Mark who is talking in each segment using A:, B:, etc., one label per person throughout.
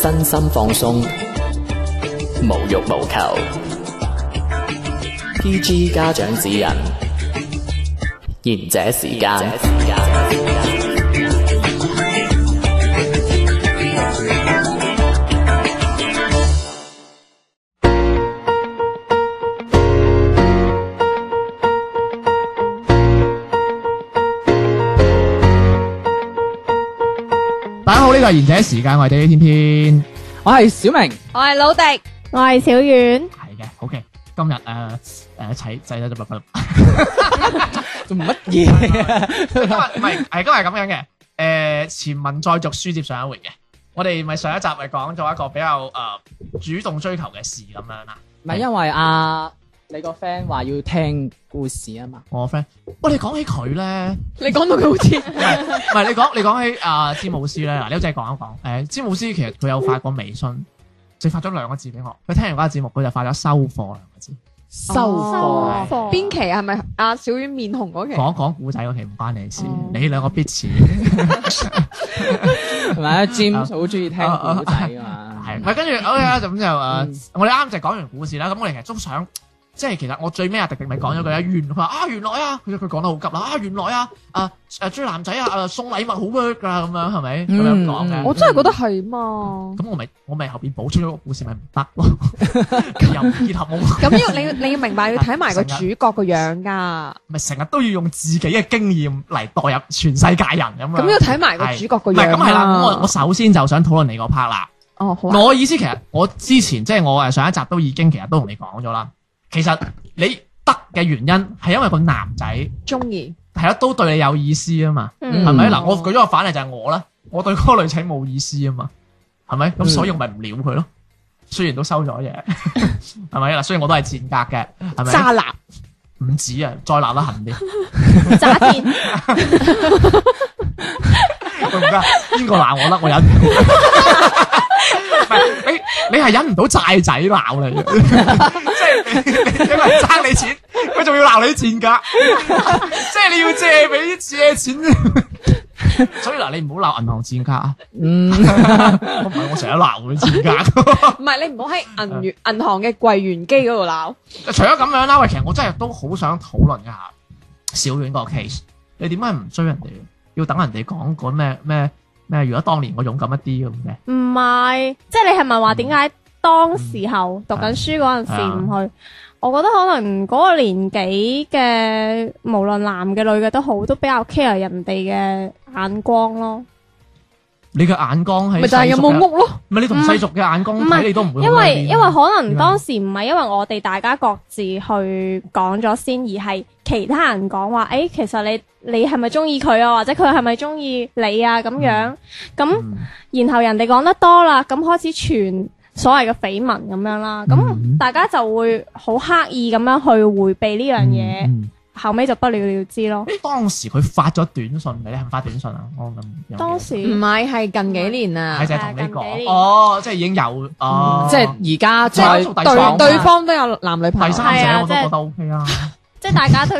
A: 身心放鬆，無欲無求。PG 家長指引，賢者時間。
B: 大家好，呢個係賢者時間，我係地天天。
A: 我係小明，
C: 我系老迪，
D: 我係小遠，
B: 係嘅，OK。今日誒誒齊制咗就不
A: 做乜嘢？
B: 今日唔係係今日係咁樣嘅。誒、呃前文再續，書接上一回嘅。我哋咪上一集咪講咗一個比較誒、呃主動追求嘅事咁樣啦。
A: 唔係因為啊，你個 friend 話要聽故事啊嘛。
B: 我 friend，喂，你講起佢咧，
C: 你講到佢好似
B: 唔係唔係你講你 講起啊詹姆斯咧，嗱，你真係講一講。誒、呃詹姆斯其實佢有發過微信，只發咗兩個字俾我。佢聽完嗰個節目，佢就發咗收貨兩個字，
A: 收
D: 收
C: 哦
A: 貨。
D: 貨
C: 邊期啊係咪阿小丸面紅嗰期？
B: 講講古仔嗰期唔關你事，
D: 哦
B: 你兩個必似。
A: 同埋 James 好中意聽古仔 啊嘛。
B: 係，唔係跟住哎 OK 啦，咁就
A: 嗯
B: 誒，我哋啱就講完故事啦。咁我哋其實都想，即係其實我最尾阿迪迪咪講咗句啊，原佢話啊原來啊，佢佢講得好急啦，啊原來啊，啊誒追男仔啊，誒送禮物好 work 啊㗎咁樣係咪咁樣講
A: 嗯
C: 我
B: 嘅？
C: 真係覺得係嘛。
B: 咁我咪我咪後邊補充咗個故事咪唔得咯，又唔結合我，
C: 咁要你你要明白要睇埋個主角個樣噶，
B: 咪成日都要用自己嘅經驗嚟代入全世界人咁樣。
C: 咁要睇埋個主角個
B: 唔係
C: 樣
B: 咁係啦，咁
C: 啊
B: 我我首先就想討論你個 part 啦。
C: 哦好啊，
B: 我意思其實我之前即係我誒呃上一集都已經其實都同你講咗啦。其實你得嘅原因係因為個男仔
C: 中意
B: 係咯都對你有意思啊嘛，
A: 嗯
B: 係咪？嗱、我舉咗個反例就係我啦，我對嗰個女仔冇意思啊嘛，係咪？咁
A: 嗯
B: 所以我咪唔撩佢咯。雖然都收咗嘢， 係咪嗱？雖然我都係賤格嘅，係咪？
C: 渣男
B: 唔止啊，再鬧得狠啲，
D: 渣天，
B: 得唔得？邊個鬧我得？我忍 唔到。唔係你你係忍唔到債仔鬧你嘅， 即係你你因為爭你錢，佢仲要鬧你賤㗎， 即係你要借俾借錢。 所以嗱，你唔好鬧銀行賤格啊！
A: 嗯，
B: 我唔係我成日鬧佢賤格。
C: 唔係你唔好喺銀元銀行嘅櫃員機嗰度鬧，
B: 除咗咁樣啦，喂，其實我真係都好想討論一下小遠嗰個 case。你點解唔追人哋？要等人哋講嗰咩咩咩？如果當年我勇敢一啲咁嘅，
D: 唔係，即係你係咪話點解當時候讀緊書嗰陣時
B: 嗯
D: 唔去？我覺得可能嗰個年紀嘅，無論男嘅女嘅都好，都比較 care 人哋嘅眼光咯。
B: 你嘅眼光喺
C: 咪就係有
B: 世俗嘅
C: 冇屋咯？
B: 啊唔係你同世俗嘅眼光
D: 唔係
B: 睇，你都唔會好
D: 嗯啊因
B: 有
D: 為
B: 面
D: 因為可能
B: 點啊
D: 當時唔係因為我哋大家各自去講咗先，而係其他人講話，誒、其實你你係咪中意佢啊，或者佢係咪中意你啊咁樣，咁、
B: 嗯
D: 然後人哋講得多啦，咁開始傳所謂嘅緋聞咁樣啦，咁、
B: 嗯
D: 大家就會好刻意咁樣去迴避呢樣嘢，
B: 嗯
D: 後尾就不了了之咯。
B: 嗯當時佢發咗短信俾你，係咪發短信啊？我咁有
D: 當
B: 記
D: 時
C: 唔係係近幾年
B: 得
C: 啊
B: 係，就係同你
D: 近幾
B: 講，
D: 年
B: 哦，即係已經有哦，
A: 嗯即係而家
B: 即係
A: 再
B: 做第三
A: 講
B: 方
C: 對對方都有男女朋
B: 第
C: 友，
B: 三
D: 係
B: 者
D: 啊
B: 我都
D: 即係
B: 覺得 OK 啊。
D: 即係大家都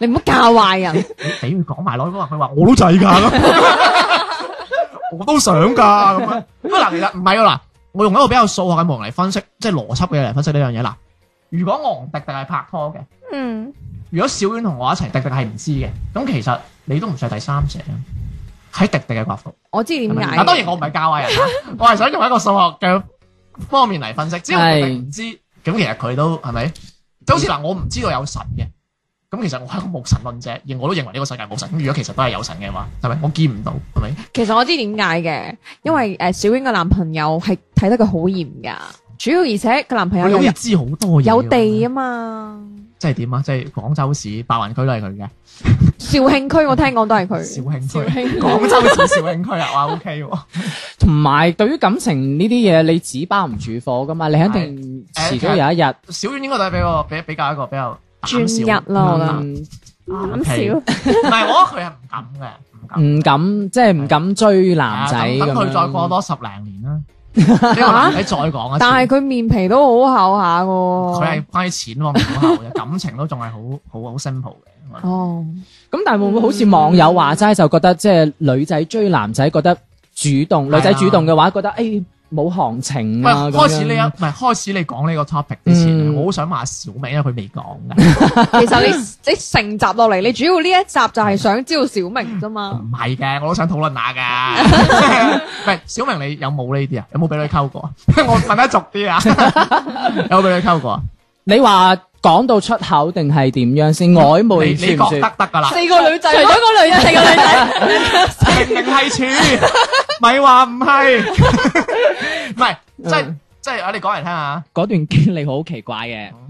C: 你唔好教壞人，
B: 你俾佢講埋落去，可能佢話我都制㗎， 我都想㗎咁樣。不過嗱，其實唔係啊嗱，我用一個比較數學嘅模型嚟分析，即係邏輯嘅嚟分析呢樣嘢嗱。如果昂迪迪係拍拖嘅，
D: 嗯
B: 如果小婉同我一齊，迪迪係唔知嘅，咁其實你都唔算係第三者啊喺迪迪嘅角度。
C: 我知點解。
B: 嗯嗱，當然我唔係教壞 人啊，我係想用一個數學嘅方面嚟分析。只要佢哋唔知，咁其實佢都係咪？就好似嗱，我唔知道有神嘅，咁其實我係一個無神論者，而我都認為呢個世界冇神。咁如果其實都係有神嘅話，係咪？我見唔到，係咪？
C: 其實我知點解嘅，因為誒小英嘅男朋友係睇得佢好嚴噶，主要而且佢男朋友
B: 我好似
C: 有
B: 知好多嘢。
C: 有地啊，嘛，
B: 即係點啊？即係廣州市白雲區都係佢嘅，
C: 肇慶區我聽講都係
B: 肇
C: 佢，
B: 慶區，廣州市肇慶區啊，哇，OK 喎。
A: 同埋對於感情呢啲嘢，你紙包唔住火噶嘛，你肯定遲早有一日
B: 小遠應該都係俾我比比較一個比較膽小
C: 專一咯我覺
B: Ờ.
C: 得
A: 嗯
D: 膽
B: OK
D: 小。
B: 唔係，我覺得佢係唔敢嘅，唔敢。
A: 唔敢，即係唔敢追男仔
B: 係啊
A: 咁
B: 等等佢
A: 樣
B: 再過多十零年啦，呢個男仔再講一次。
C: 但係佢面皮都好厚下噶。
A: 啊
B: 佢係關於錢方面好厚嘅，感情都仲係好好好 simple 嘅。
C: 哦，
A: 咁但係會唔會好似網友話齋，就覺得即係女仔追男仔覺得主動，
B: 係啊
A: 女仔主動嘅話覺得誒冇行情
B: 唔
A: 啊。
B: 係
A: 咁樣
B: 開始呢一唔係開始你講呢個 topic 之前啊，
A: 嗯
B: 我好想問下小明，因為佢未講嘅，
C: 其實你你成集落嚟，你主要呢一集就係想知道小明啫嘛。
B: 唔係嘅，我都想討論下㗎。 唔係小明，你有冇呢啲啊？有冇俾女溝過啊？ 我問得俗啲啊， 有冇俾女溝過啊？
A: 你話講到出口定係點樣先？曖
B: 你
A: 昧
B: 你
A: 算
B: 覺
A: 唔算
B: 得？得㗎啦？
C: 四個女仔
D: 除 咗個女仔，四個
B: 明
D: 女仔，
B: 明係 處，咪話唔係，唔係即係
A: 嗯
B: 即係啊！你講嚟聽下，
E: 嗰段經歷好奇怪
B: 哦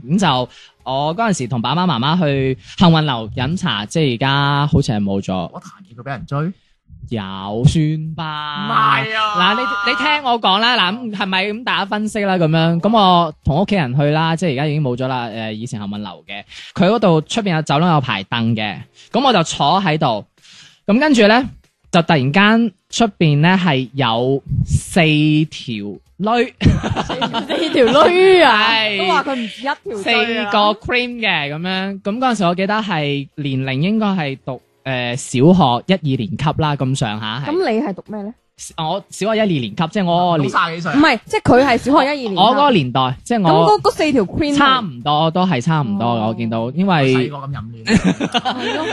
E: 嘅，咁就我嗰陣時同爸爸媽媽去幸運樓飲茶，即係而家好似係冇咗，
B: 我彈見佢俾人追。
E: 有算
B: 唔
E: 吧？
B: 係啊！
E: 嗱，你你聽我講啦，嗱，咁係咪咁大家分析啦？咁樣，咁我同屋企人去啦，即係而家已經冇咗啦。誒、以前幸運樓嘅，佢嗰度出邊有走廊有排凳嘅，咁我就坐喺度。咁跟住咧，就突然間出邊咧係有四條女，
D: 四條女啊！
E: 係
C: 都話佢唔止一條
E: 四
C: 隊啊
E: 個 cream 嘅咁樣，咁嗰陣時我記得係年齡應該係讀誒、呃小學一二年級啦，咁上下係。
C: 咁你係讀咩咧？
E: 我小學哦一二年級，即係我嗰個
B: 你
E: 年，
B: 卅幾歲
C: 唔，係，即係佢係小學一二年級。
E: 我嗰個哦年代，即係
C: 咁
E: 我
C: 嗰嗰四條 queen
E: 差唔多都係差唔多嘅。
C: 哦
E: 我見到，因
B: 細
E: 為
B: 個咁淫亂。
C: 係咯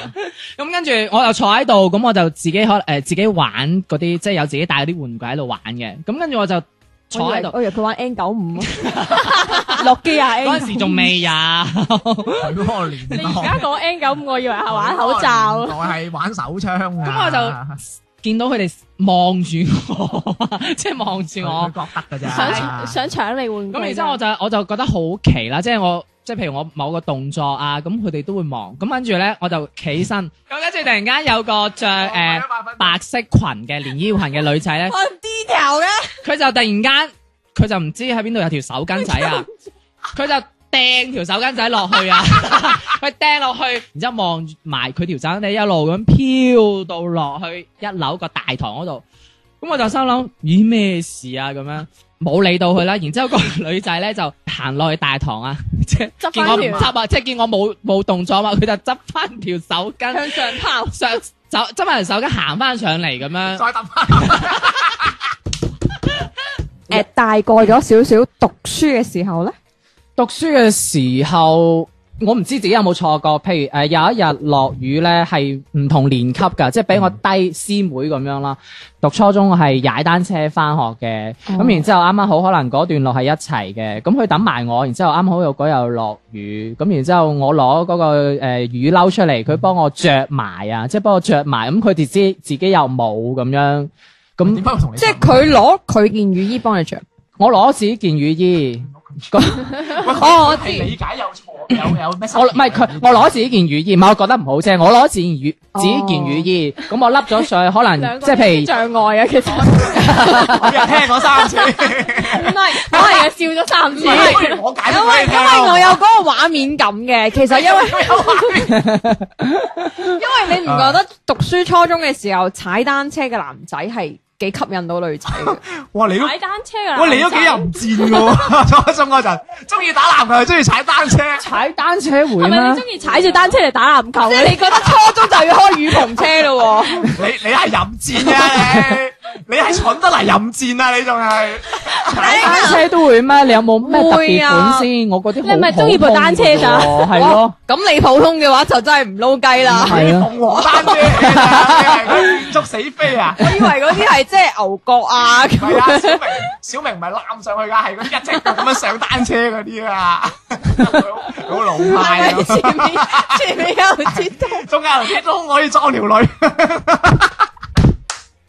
E: 咁跟住我又坐喺度，咁我就自己可誒、呃自己玩嗰啲，即係有自己帶嗰啲玩具喺度玩嘅。咁跟住我就坐
C: 我
E: 喺
C: 以為
E: 度，
C: 我以為佢玩 N 九五， 諾基 亞 N
E: 嗰陣時仲未啊有，
B: 佢嗰個年代，
D: 你而家講 N 九五，我以為係玩口罩。
B: 我係玩手槍㗎
E: 咁我就 見到佢哋望住我， 即係望住我
B: 佢。覺得㗎咋。
D: 想想搶你玩具。啊
E: 咁然之後我就我就覺得好奇啦，即係我即係譬如我某個動作啊，咁佢哋都會望，咁跟住咧我就企身，咁跟住突然間有個着誒、呃白色裙嘅連衣裙嘅女仔 咧，
C: 我 detail 嘅，
E: 佢就突然間佢就唔知喺邊度有條手巾仔 啊，佢就掟條手巾仔落去啊， 佢掟落去，然之後望埋佢條手巾仔一路咁飄到落去一樓個大堂嗰度，咁我就心諗咦咩事啊咁樣。冇理到佢啦，然之後個女仔咧就行落去大堂啊， 即係
D: 執
E: 見
D: 返
E: 我唔
D: 條
E: 執啊，即係見我冇冇動作嘛，佢就執翻條手巾
C: 向上拋。
E: 上手執翻條手巾行翻上嚟咁樣
B: 再。揼翻，
C: 誒，大個咗少少，讀書嘅時候咧，
A: 讀書嘅時候，我唔知自己有冇錯過。譬如誒、呃有一日落雨咧，係唔同年級㗎，即係比我低師妹咁樣啦。讀初中我係踩單車翻學嘅，咁、
C: 哦
A: 然之後啱啱好可能嗰段路係一齊嘅，咁佢等埋我，然之後啱好又嗰日落雨，咁然之後我攞嗰、個誒、呃、雨褸出嚟，佢幫我着埋啊，即係幫我着埋，咁佢哋知自己又冇咁樣，
B: 點
A: 咁
B: 解會同你？
C: 即係佢攞佢件雨衣幫你着。
A: 我攞自己件雨衣。
B: 哦，我係理解有錯，有有咩？
A: 我唔係
D: 嗯
A: 佢，我攞自己件雨衣，唔係我覺得唔好啫。我攞自己件雨
C: 哦
A: 自己件雨衣，咁我笠咗上去，可能
D: 兩個
A: 即係譬如
D: 障礙啊，其實
B: 我又聽過三次，
D: 唔係， 我係笑咗三次。
B: 不如我解
C: 因
B: 釋俾你
C: 為因
B: 聽
C: 為我有嗰個畫面感嘅，其實因為因為你唔覺得讀書初中嘅時候踩單車嘅男仔係幾吸引到女仔 嘅？
B: 哇！你都
D: 踩單車啊！
B: 哇！你都幾淫賤嘅喎， 初中嗰陣中意打籃球，中意踩單車。
A: 踩單車會
D: 係咪你
A: 咩？
D: 中意踩住單車嚟打籃球啊
C: 即
D: 咧？
C: 係你覺得初中就要開雨篷車咯喎？
B: 你你係淫賤啊！你你係蠢得嚟淫賤啊！你仲係
A: 踩單車都會咩？你有冇咩特別款先？我嗰啲好
D: 啊你咪中意部單車咋
A: 普通嘅喎係咯，
C: 咁你普通嘅話就真係唔撈雞啦。
A: 係啊。
B: 鳳凰單車嚟㗎，你係佢捉死飛啊！
C: 我以為嗰啲係即係牛角啊
B: 唔
C: 咁
B: 係啊，小明小明唔係攬上去㗎，係嗰啲一隻腳咁樣上單車嗰啲啊，佢好老 派啊！
C: 前面前面有截圖，
B: 中間有啲窿可以裝 條女，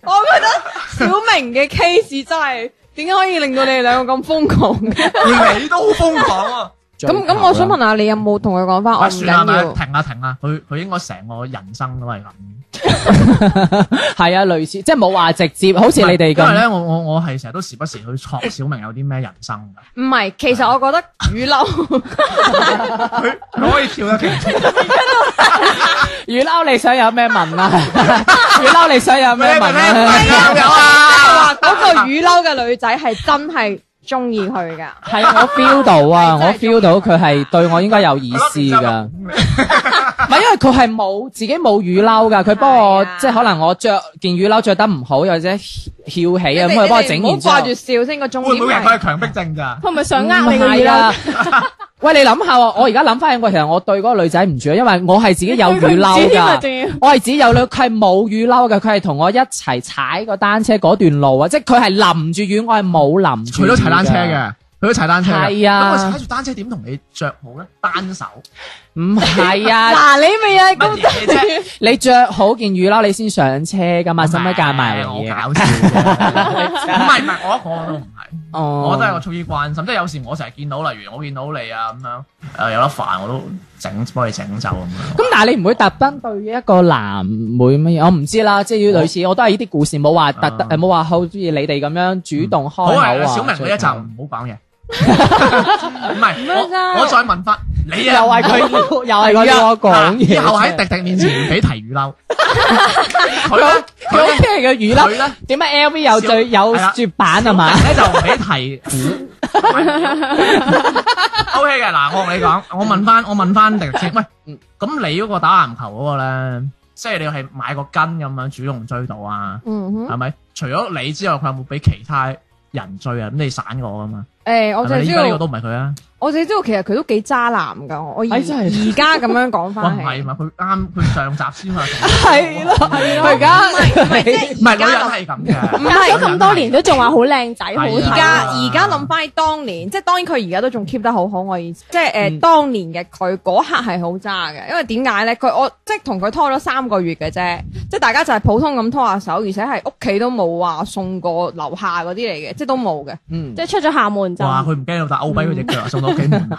C: 我覺得小明嘅 case 真係點解可以令到你哋兩個咁瘋狂嘅？
B: 你都好瘋狂啊！
C: 咁咁，我想問下你有冇同佢講翻我唔緊
B: 算啦，咪
C: 要？
B: 停啊停啊，佢佢應該成個人生都係咁。
A: 係啊，類似即係冇話直接，好似你哋
B: 因為
A: 咁。
B: 咧，我我我係成日都時不時去戳小明有啲咩人生㗎。
C: 唔係，其實我覺得雨褸
B: 佢佢可以跳得幾
A: 雨褸你想有咩問啊？ 雨褸你想有咩
B: 你係
A: 問
B: 咪咩
A: 啊？
B: 朋友啊？
C: 嗰個雨褸嘅女仔係真係中意佢㗎。
A: 係啊，我 feel 到啊，我
C: 係真係
A: feel 到佢係對我應該有意思㗎。唔係因為佢係冇自己冇雨褸㗎，佢幫我
C: 係啊
A: 即係可能我着件雨褸着得唔好，又或者翹起啊，咁
C: 你哋
A: 佢幫我
C: 你哋
A: 整
C: 唔好
A: 完之後
C: 掛住。笑先，個 重
B: 會
C: 點
B: 唔會係佢
C: 係
B: 係強迫症㗎？
D: 佢咪想
A: 唔啊
D: 呃你嘅
A: 係
D: 嘢咯
A: 啦？喂，你諗下喎，我而家諗翻起，我其實我對嗰個女仔唔住，啊因為我係自己有雨褸
C: 啊
A: 㗎。
D: 仲要
A: 我係只有女，佢係冇雨褸嘅，佢係同我一齊踩個單車嗰段路啊，即係佢係淋住雨，我係冇淋住。
B: 佢都踩單車，嘅，佢都踩單車嘅。
A: 係
B: 咁
A: 啊
B: 我踩住單車點同你着好咧？單手
A: 唔係 啊，
C: 嗱你咪啊
B: 乜嘢啫？
A: 你着好件雨褸，你先上車噶嘛，使唔使夾埋
B: 我
A: 嚟嘅？啊
B: 搞笑 啫。唔係唔係，我一個都唔係，
A: 哦
B: 我都係我出於關心。即係有時我成日見到，例如我見到你啊咁樣，誒有得煩我都整幫你整走咁樣。
A: 咁但係你唔會特登對一個男會乜嘢？我唔知啦，即係要類似，我都係呢啲故事，冇話特
B: 啊
A: 登，誒冇話好似你哋咁樣主動開口
B: 好啊，
A: 啊。
B: 小明你一集
A: 追求
B: 唔 好講嘢。唔係，
C: 樣啫
B: 我我再問翻你
A: 啊又
B: 啊。
A: 係佢，又係佢要我講嘢。
B: 以後喺迪迪面前唔俾提雨 褸。佢
A: 佢
B: 咧，
A: 佢
B: 佢
A: 屋企
B: 咧，
A: 嘅雨
B: 佢
A: 褸，
B: 咧。
A: 點解 LV 有最有
B: 係啦
A: 絕版係嘛？
B: 咧就唔俾提 股。O K 嘅，嗱，我同你講，我問翻，我問翻迪迪先，喂，咁你嗰個打籃球嗰個咧，即係你係買個筋咁樣主動追到啊，
C: 嗯哼，
B: 係咪？除咗你之外，佢有冇俾其他人追啊？咁你散過噶嘛？
C: 誒我
B: 係
C: 就
B: 咪？
C: 係
B: 你
C: 知
B: 依家呢個
C: 道，
B: 都唔係佢啊，
C: 我就係知道其實佢都幾渣男㗎。我而
A: 哎真係
C: 而家咁樣講
B: 哇，唔
C: 翻
B: 係
C: 係，
B: 嘛？佢啱，佢上集先嘛。
A: 係咯，佢而家
B: 唔係女人係咁嘅，
D: 隔咗咁多年都仲話好靚仔，好
B: 係啊
C: 而
D: 睇。
C: 家而家諗翻起當年，即係當然佢而家都仲 keep 得好好，我意思，即係
A: 嗯
C: 誒當年嘅佢嗰刻係好渣嘅，因為點解咧？佢我即係同佢拖咗三個月嘅啫，即係大家就係普通咁拖下手，而且係屋企都冇話送過樓下嗰啲嚟嘅，即係都冇嘅。
A: 嗯
D: 即係出咗廈門就
B: 哇！佢唔驚到打歐跛嗰只腳，送到屋企門口。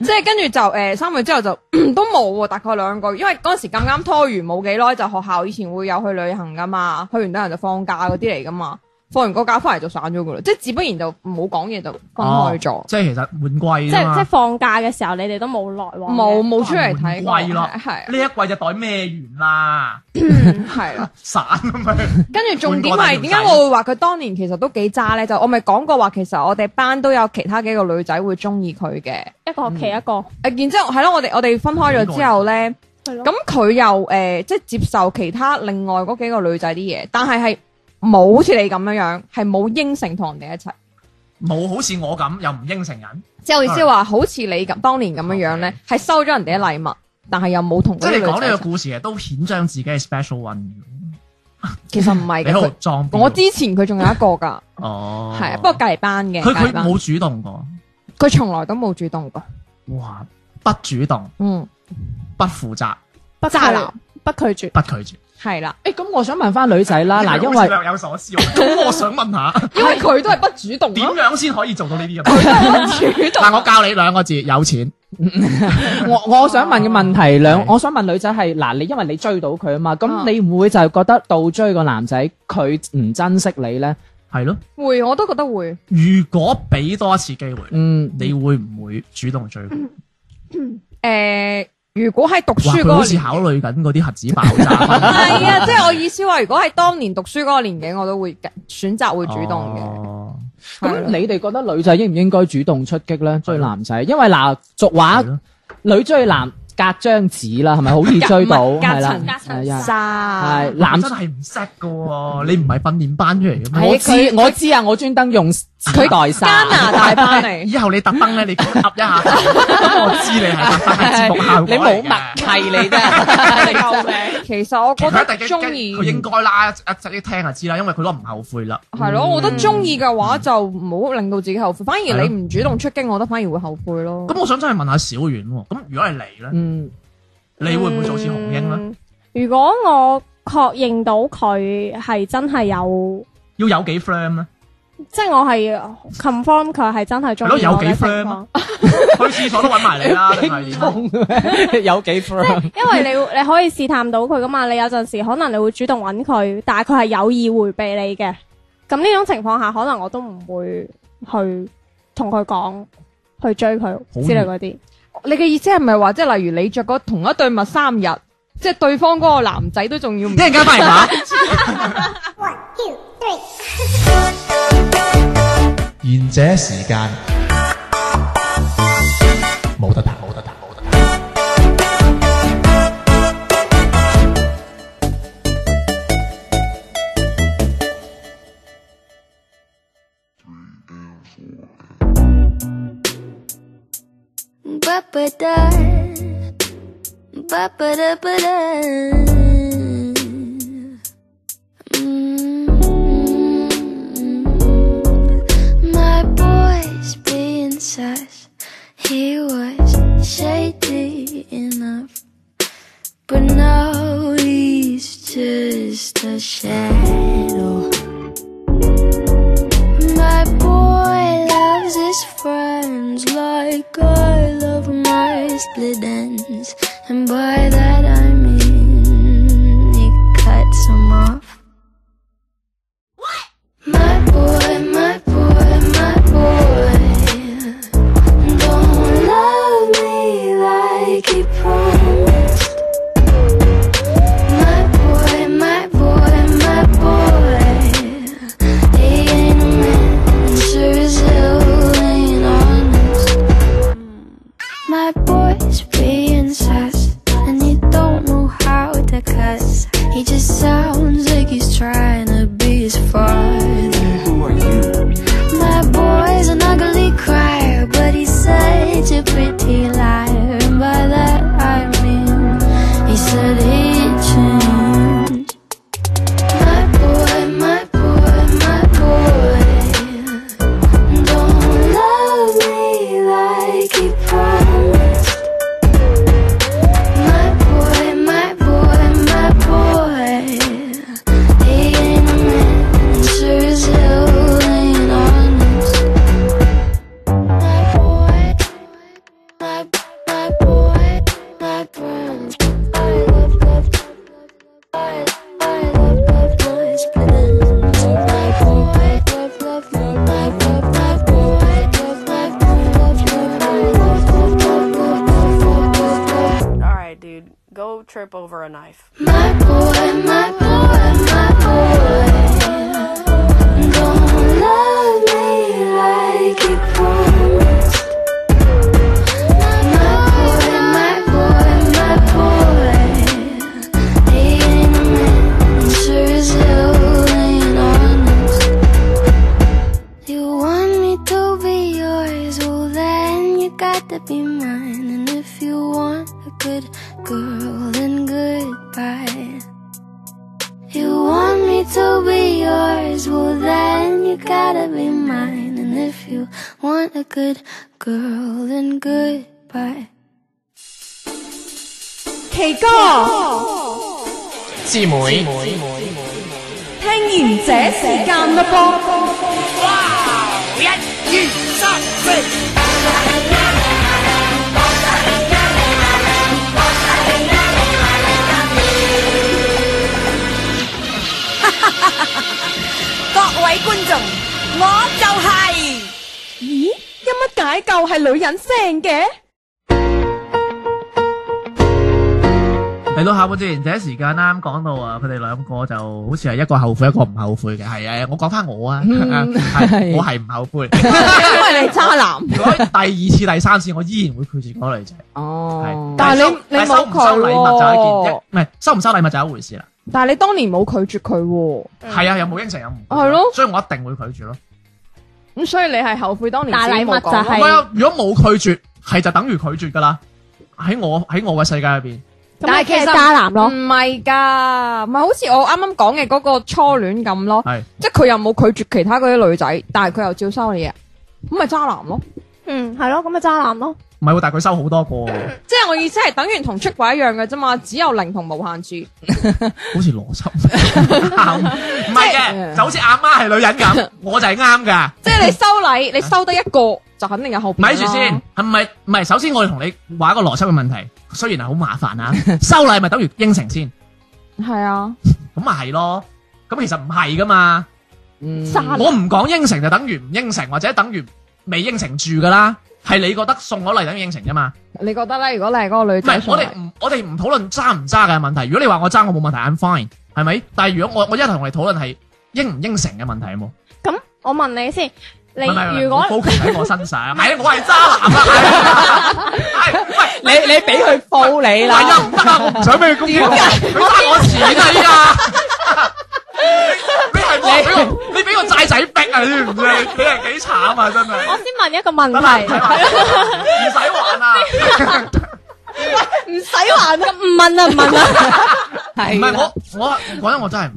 C: 即係跟住就誒、呃三個月之後就 都冇喎，大概兩個月，因為嗰陣時咁啱拖完冇幾耐，就學校以前會有去旅行噶嘛，去完旅行就放假嗰啲嚟噶嘛，放完個假翻嚟就散咗噶啦，即係自不然就唔好講嘢就分開咗。
B: 哦即係其實換季
D: 即
B: 啫
D: 係即係
B: 嘛。
D: 放假嘅時候，你哋都冇來往嘅，
C: 冇冇出嚟睇過，
B: 貴咯
C: 係
B: 呢一季就袋咩完啦？
C: 嗯係 啦。
B: 散咁樣。
C: 跟住重點係點解我會話佢當年其實都幾渣咧？就我咪講過話，其實我哋班都有其他幾個女仔會中意佢嘅。
D: 一個學期一個，
B: 嗯
C: 誒，然之後係咯，我哋我哋分開咗之後咧，
D: 係咯
C: 咁佢又誒、呃即係接受其他另外嗰幾個女仔啲嘢，但係係冇好似你咁樣樣，係冇應承同人哋一齊。
B: 冇好似我咁又唔應承人，
C: 即係我意思
B: 嗯
C: 話，好似你咁當年咁樣樣咧，係收咗人哋嘅禮物，但係又冇同
B: 哦即係
C: 嗰啲
B: 你
C: 女
B: 講
C: 仔
B: 呢
C: 一
B: 個
C: 齊。
B: 故事嘅都顯彰自己係 special one
C: 其實唔
B: 嘅，
C: 係
B: 你喺
C: 嘅
B: 度，裝
C: 佢
B: 表。
C: 我之前佢仲有一個㗎。
B: 哦，
C: 系，不過隔離班嘅，
B: 佢
C: 隔
B: 佢
C: 離班
B: 冇主動過，
C: 佢從來都冇主動過，
B: 哇！不主動，
C: 嗯，
B: 不負責，
D: 不
C: 渣男
D: 不拒絕。
B: 不拒絕。
C: 係 啦，
A: 誒咁，我想問翻女仔啦，嗱，因為
B: 略有所思喎，咁我想問 下，
C: 因為佢都係不主動
B: 點
C: 咯，
B: 樣先可以做到呢啲咁？
C: 主動
B: 但我教你兩個字，有錢。
A: 我我想問嘅問題兩
B: 係，
A: 我想問女仔係嗱，你因為你追到佢啊嘛，
C: 啊
A: 咁你會唔會就係覺得倒追個男仔佢唔珍惜你咧？
B: 係咯，
C: 會，我都覺得會，
B: 如果俾多一次機會，
A: 嗯，
B: 你會唔會主動追佢？
C: 誒，如果喺讀
B: 哇！
C: 書嗰
B: 佢
C: 個
B: 好似
C: 年，
B: 考慮緊嗰啲核子爆炸。
C: 係啊，即係我意思話，如果喺當年讀書嗰個年紀，我都會選擇
B: 哦
C: 會主動嘅，
B: 嘅。
A: 咁
C: 係咯
A: 你哋覺得女仔應唔應該主動出擊咧追男仔？因為嗱，俗話
B: 係咯
A: 女追男隔張紙啦，係咪好易追到？
C: 隔
A: 係啦
C: 層隔，
D: 層
A: 係啊，
C: 渣
A: 係，男
B: 真。係唔識噶喎，你唔係訓練班出嚟嘅咩？
A: 我知我知啊，我專登用紙袋晒。
C: 加拿大班 嚟，
B: 以後你特登咧，你咁噏一下，我知你係特登係節目效果
A: 你冇默契你
C: 啊
A: 啫，
C: 其實我覺
B: 佢一
C: 得
B: 定
C: 中
B: 中
C: 意
B: 意，佢。應該啦，一一聽就知啦，因為佢都唔後悔啦。
C: 係咯，我覺得中意嘅話就唔好令到自己後悔，反而你唔主動出擊，我覺得反而會後悔咯。
B: 咁我想真係問下小遠喎，咁如果係你 咧，
A: 嗯，
B: 你會唔會做似紅英
D: 嗯
B: 咧？
D: 咧？如果我確認到佢係真係有，
B: 要有幾 friend 咧？
D: 即係我係 confirm 佢係真係中意
B: 係咯有
D: 我
B: 幾
D: 嘅情
B: friend
D: 況
B: 啊，去廁所都揾埋你啦，定係點啊
A: 有幾 friend？
D: 因為你你可以試探到佢噶嘛。你有陣時可能你會主動揾佢，但係佢係有意迴避你嘅。咁呢種情況下，可能我都唔會去同佢講去追佢之類嗰啲。
C: 你嘅意思係咪話，即係例如你着嗰同一對襪三日，即係對方嗰個男仔都仲要唔
B: 一陣間翻嚟講。
F: One, two, three.
B: 而賢者時間冇得彈，冇得彈，冇得彈。
F: Ba-ba-da, ba-ba-da-ba-da. Mm. My boy's being sus. He was shady enough, but now he's just a shadow. My boy loves his friends like I love my split ends. And by that I mean he cuts them off. My boy, my boy, my boy. Don't love me like he promised. My boy, my boy, my boy. He ain't a man, sure as hell ain't honest. My boy's being sus, and he don't know how to cuss. He just sounds like he's trying to be his father. Who are you? My boy's an ugly crier, but he's such a pretty liar. And by that I mean, he said he changed. My boy, my boy, my boy, don't love me like he promised. My boy, my boy, my boy, he ain't a man, sure as hell ain't honest. My boy, my my boy, my boy, I love love. I love love my splendors. My boy, love love love my love my boy, love love love love love love love love.
G: Alright, dude. Go trip over a knife.
F: My boy, my boy, my boy, don't love me like he promised. My boy, my boy, my boy, he ain't a man, sure as hell ain't honest. You want me to be yours, well then you got to be mine, and if you want a good girl, then goodbye. You want me to be yours, well then you gotta be mine. And if you want a good girl, then goodbye.
H: 奇哥，
B: 姊妹，
H: 聽完這時間嘞 噃。
I: 各位观众，我就系、
H: 咦，有乜解救係女人聲嘅？
B: 嚟到下半節，第一時間啱啱講到啊，佢哋兩個就好似係一個後悔，一個唔後悔嘅。係啊，我講翻我啊，係我係唔後悔。
C: 嗯 因為你係渣男。
B: 如果第二次、第三次，我依然會拒絕嗰個女仔。
C: 哦
B: 係，
C: 但係
B: 係
C: 你
B: 收
C: 你
B: 但係收
C: 冇
B: 唔
C: 佢
B: 收禮物就係一件
C: 喎，
B: 一，唔係收唔收禮物就係一回事啦。
C: 但係你當年冇拒絕佢喎，
B: 係啊，有冇應承有冇？
C: 嗯係咯
B: 所以我一定會拒絕咯。
C: 咁所以你係後悔當年
D: 但
C: 自己
D: 禮物
C: 冇
D: 就
C: 講
B: 唔
D: 係
B: 係啊，如果冇拒絕，係就等於拒絕㗎啦。喺我喺我嘅世界入邊，
D: 但係其實渣男咯
C: 唔，係㗎，唔係好似我啱啱講嘅嗰個初戀咁咯，
B: 係
C: 即係佢又冇拒絕其他嗰啲女仔，但係佢又照收你嘢，咁咪渣男咯。
D: 嗯，係咯，咁咪渣男咯。
B: 唔係喎？但係佢收好多個 喎，
C: 即係我意思係等於同出軌一樣嘅啫嘛，只有零同無限 住。
B: 好似邏 輯唔係嗯嘅，就好似阿媽係女人 咁，我就係啱㗎。
C: 即係你收禮，你收得一個就肯定有後邊。
B: 咪住先，，係咪？唔係，首先我哋同你話一個邏輯嘅問題，雖然係好麻煩 啊，收禮咪等於應承先，
C: 係啊，
B: 咁咪係咯。咁其實唔係噶嘛，
C: 渣男
B: 我唔講應承就等於唔應承，或者等於未應承住噶啦。係你覺得送咗禮等於應承啫嘛？
C: 你覺得咧？如果你係嗰個女
B: 唔係
C: 仔，，
B: 我哋唔我哋唔討論揸唔揸嘅問題。如果你話我揸，我冇問題，I'm fine，係咪？但係如果我我一係同你討論係應唔應承嘅問題有冇？
D: 咁我問你先，你
B: 唔係唔係唔係
D: 如果
B: 我 focus 喺我身上，唔係我係渣男啊！係係喂，
A: 你你俾佢報你
B: 唔係
A: 啦
B: 啊，，唔得啊，我唔想俾佢攻擊我，佢爭我錢啊！依家你係我俾我，你俾個債仔逼啊！你知唔知？你係幾慘啊！真係
D: 我。先問一個問
B: 得啦，唔使
D: 題，
B: 玩唔使玩啊！
D: 唔使啊還咁唔問啦，唔問 啦。
B: 唔
A: 係
B: 係
A: 啦
B: 我，我我覺得我真係唔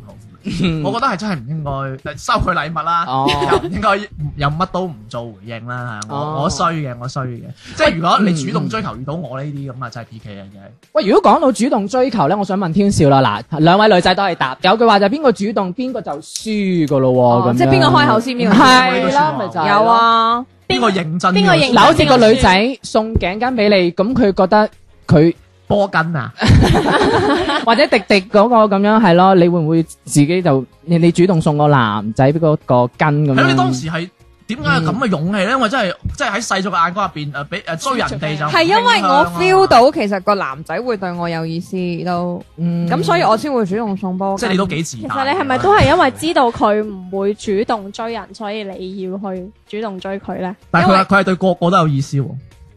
B: 好，我覺得係真係唔應該收佢禮物啦，
A: 哦
B: 又唔應該又乜都唔做回應啦。
A: 哦
B: 我我衰嘅，我衰嘅，即係如果你主動
A: 嗯
B: 追求遇到我呢啲咁啊，真係 P K 啊，真係
A: 喂，如果講到主動追求咧，我想問天少啦，嗱，兩位女仔都係答，有句話就係邊個主動邊個就輸噶咯喎，
C: 哦
A: 咁
C: 即係
A: 樣
C: 邊個開口先邊個輸
A: 係啦，咪就係咯
C: 有。啊，
B: 邊個認真？
D: 邊個認
A: 嗱，好似個女仔送頸巾俾你，咁佢覺得佢
B: 波根啊？
A: 或者迪迪嗰個咁樣係咯，你會唔會自己就你你主動送個男仔俾嗰個巾咁
B: 係咯，
A: 樣？
B: 你當時係點解有咁嘅勇氣咧？因為真係即係喺世俗嘅眼光入邊誒，俾誒追人哋就唔
C: 係啊因為我
B: 傾向
C: feel
B: 啊
C: 到其實個男仔會對我有意思都，
A: 嗯
C: 咁所以我先會主動送波巾。
B: 即係你都幾自
D: 其
B: 大。
D: 實你係咪都係因為知道佢唔會主動追人，所以你要去主動追佢咧？
B: 但係佢
C: 因為
B: 係佢係對個個都有意思喎。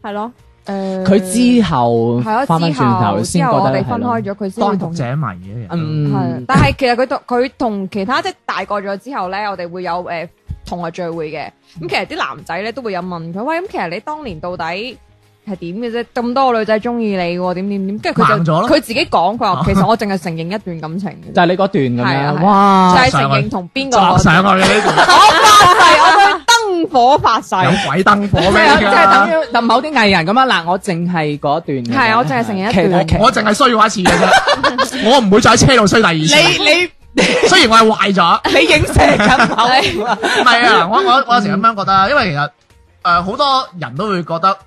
D: 係咯，
C: 誒
A: 佢之後
C: 呃係咯，
A: 翻翻
C: 之
A: 轉
C: 後
A: 頭
C: 之
A: 先
C: 後
A: 覺
C: 我
A: 得
C: 哋
A: 係
C: 分
A: 咯
C: 開咗，佢先會
B: 當
C: 同
B: 局者迷嘅人都。
C: 係
A: 嗯，
C: 但係其實佢同佢同其他即係大個咗之後咧，我哋會有誒同學聚會嘅。
A: 嗯
C: 咁其實啲男仔咧都會有問佢，喂，咁其實你當年到底係點嘅啫？咁多個女仔中意你喎，點點點？跟住佢
B: 盲
C: 就
B: 咗咯啊
C: 佢自己講，佢話其實我淨係承認一段感情嘅啫，
A: 就係你嗰段咁
C: 係啊
A: 樣，
C: 係啊
A: 哇！
C: 就係承認同邊個
B: 作
C: 我
B: 上去呢
C: 發誓，我對燈火發誓
B: 度，，有鬼燈火
A: 即
B: 咩
A: 係即啊係
B: 㗎？
A: 等於等某啲藝人咁樣嗱，我淨係嗰段嘅啫，
C: 係我淨係成日一段
A: 其他
B: 我淨係衰過一次嘅啫，我唔會再喺車度衰第二次。
A: 你
B: 雖然我係壞咗，
A: 你影射 緊某
B: 唔係 啊，我我我有時咁樣覺得，因為其實誒好多人都會覺得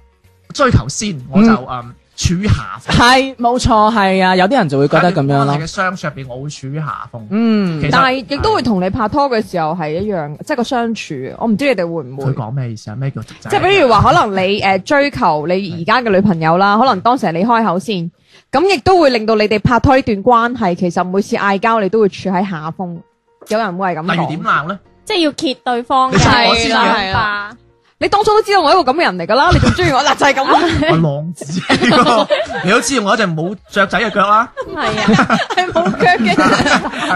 B: 追求先，我就
A: 嗯
B: 誒處下風。
A: 係冇錯係啊，有啲人就會覺得咁樣咯
B: 喺，嘅相處入邊，我會處於下風。
A: 嗯
B: 其實
C: 但係亦都會同你拍拖嘅時候係一樣，即係個相處。我唔知你哋會唔會
B: 佢？講咩意思啊？咩叫直仔？
C: 即係比如話，可能你誒、呃追求你而家嘅女朋友啦，可能當時係你開口先，咁亦都會令到你哋拍拖呢段關係，其實每次嗌交你都會處喺下風。有人會係咁
B: 例如點
C: 講。
B: 鬧咧？
D: 即係要揭對方
B: 你
C: 知我
D: 嘅
C: 知
D: 想
C: 啦
D: 法。
C: 你當初都知道我係一個咁嘅人嚟㗎啦，你仲中意我嗱就係咁啦，
B: 我浪子嚟 㗎，你都知我一隻冇雀仔嘅腳啦，
D: 係啊，
C: 係冇腳嘅。